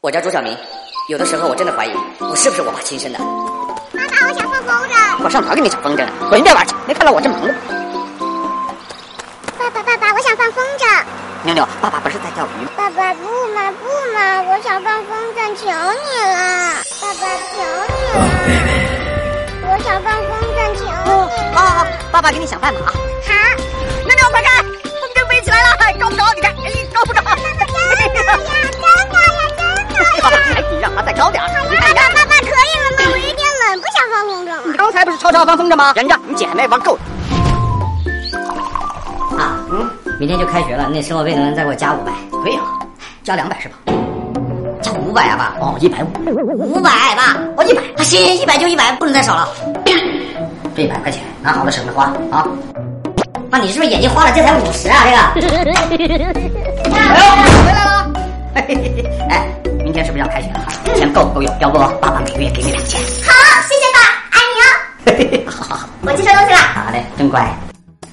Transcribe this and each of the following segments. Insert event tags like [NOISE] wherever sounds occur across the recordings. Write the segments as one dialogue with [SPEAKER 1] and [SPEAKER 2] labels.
[SPEAKER 1] 我叫朱小明，有的时候我真的怀疑我是不是我爸亲生的。
[SPEAKER 2] 妈妈，我想放风筝。
[SPEAKER 1] 我上哪儿给你找风筝啊？滚一边玩去！没看到我正忙着吗？
[SPEAKER 2] 爸爸，爸爸，我想放风筝。
[SPEAKER 1] 妞妞，爸爸不是在钓鱼吗？
[SPEAKER 2] 爸爸，不嘛不嘛，我想放风筝，求你了。爸爸，求你了。我想放风筝，求
[SPEAKER 1] 哦
[SPEAKER 2] 你了。
[SPEAKER 1] 哦，爸爸给你想办法啊！
[SPEAKER 2] 好。
[SPEAKER 1] 妞妞，快看，风筝飞起来了，抓不着，你看，哎，抓不着。
[SPEAKER 2] 呀，真的呀，真的
[SPEAKER 1] 爸爸，还得让他再高点儿，你看，你看。
[SPEAKER 2] 爸爸可以了吗？我有点冷，不想放风筝了。
[SPEAKER 1] 你刚才不是吵吵放风筝吗？人家你姐还没玩够。啊，嗯，明天就开学了，那生活费能不能再给我加五百？可以啊，加两百是吧？加五百啊，爸。哦，一百五。五百，爸。哦，一百。啊，行行，一百就一百，不能再少了。 [CLEARS THROAT] 这一百块钱拿好了省着花啊。爸，你是不是眼睛花了？这才五十啊，这个。 [LAUGHS] 哎呦，回来了。嘿嘿嘿嘿 [LAUGHS] 哎，明天是不是要开学了？钱够不够用？要不爸爸每个月给你两千。
[SPEAKER 2] 好，谢谢爸，爱你哦。
[SPEAKER 1] 嘿嘿嘿， [LAUGHS] 好好好。
[SPEAKER 2] 我去收东西了。
[SPEAKER 1] 好嘞，真乖。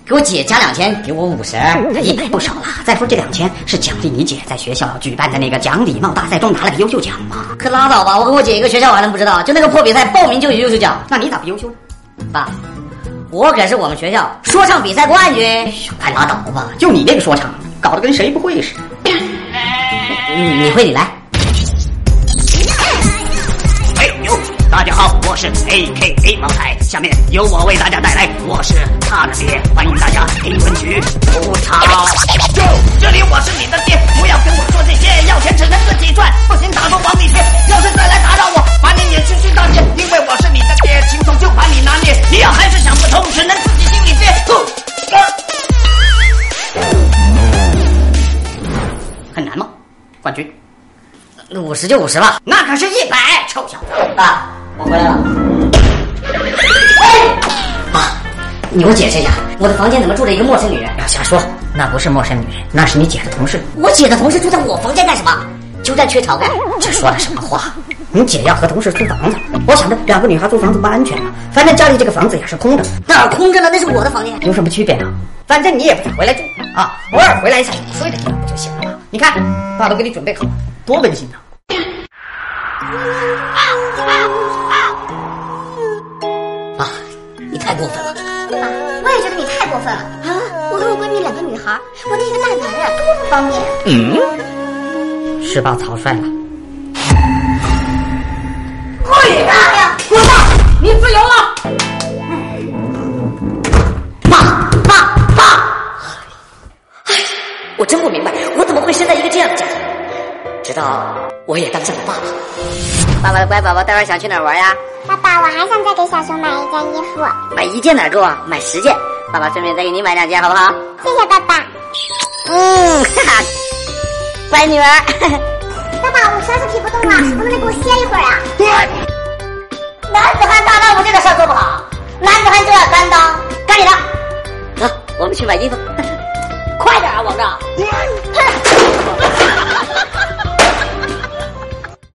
[SPEAKER 1] 给我姐加两千，给我五十，一百不少了。再说这两千是奖励你姐在学校举办的那个讲礼貌大赛中拿了个优秀奖嘛？可拉倒吧，我跟我姐一个学校，我还能不知道？就那个破比赛，报名就有优秀奖，那你咋不优秀呢？爸，我可是我们学校说唱比赛冠军。快拉倒吧，就你那个说唱，搞得跟谁不会似的。你会你来。
[SPEAKER 3] 哎呦，大家好，我是 A K A 茅台，下面由我为大家带来，我是他的爹，欢迎大家评论区吐槽。哟，这里我是你的爹，不要跟我说这些，要钱只能自己赚，不行打工往里贴。要是再来打扰我，把你撵出去大街，因为我是你的爹，轻松就把你拿捏。你要还是想不通，只能自己心里憋。吐、呃
[SPEAKER 1] 很难吗？冠军，五十就五十吧，那可是一百，臭小子！爸，我回来了。
[SPEAKER 3] 哎
[SPEAKER 1] 爸，你给我解释一下，我的房间怎么住着一个陌生女人？不要瞎说，那不是陌生女人，那是你姐的同事。我姐的同事住在我房间干什么？鸠占鹊巢呗！这说的什么 [LAUGHS] 话？你姐要和同事租房子，我想着两个女孩租房子不安全啊，反正家里这个房子也是空着，哪儿空着了？那是我的房间，有什么区别啊？反正你也不想回来住啊，偶尔回来一下也睡着不就行了吗？你看，爸都给你准备好了，多温馨呐、啊爸，啊你太过分了！
[SPEAKER 2] 妈，我也觉得你太过分了啊！我跟我闺蜜两个女孩，我那一个大男人多不方便。
[SPEAKER 1] 是爸草率了。
[SPEAKER 2] 滚蛋
[SPEAKER 1] 啊
[SPEAKER 2] 呀！滚蛋！
[SPEAKER 1] 你自由了。爸爸爸！哎，我真不明白，我怎么会生在一个这样的家庭？直到我也当上了爸爸。爸爸的乖宝宝，待会儿想去哪儿玩呀？
[SPEAKER 2] 爸爸，我还想再给小熊买一件衣服，
[SPEAKER 1] 买一件哪够啊？买十件。爸爸顺便再给你买两件，好不好？
[SPEAKER 2] 谢谢爸爸。
[SPEAKER 1] 嗯，哈哈，乖女儿。
[SPEAKER 2] 爸爸，我实在是提不动了，能不能给我歇一会儿啊？男子汉大丈夫这个事儿做不好，男子汉就要担当。干你的，
[SPEAKER 1] 啊走，
[SPEAKER 2] [LAUGHS]
[SPEAKER 1] 我们去买衣服。
[SPEAKER 2] 快点啊，王正！哼，